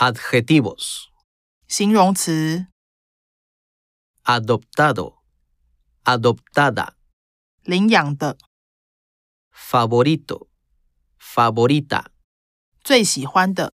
Adjetivos. 形容词、 Adoptado. Adoptada. 领养的、 Favorito. Favorita. 最喜欢的。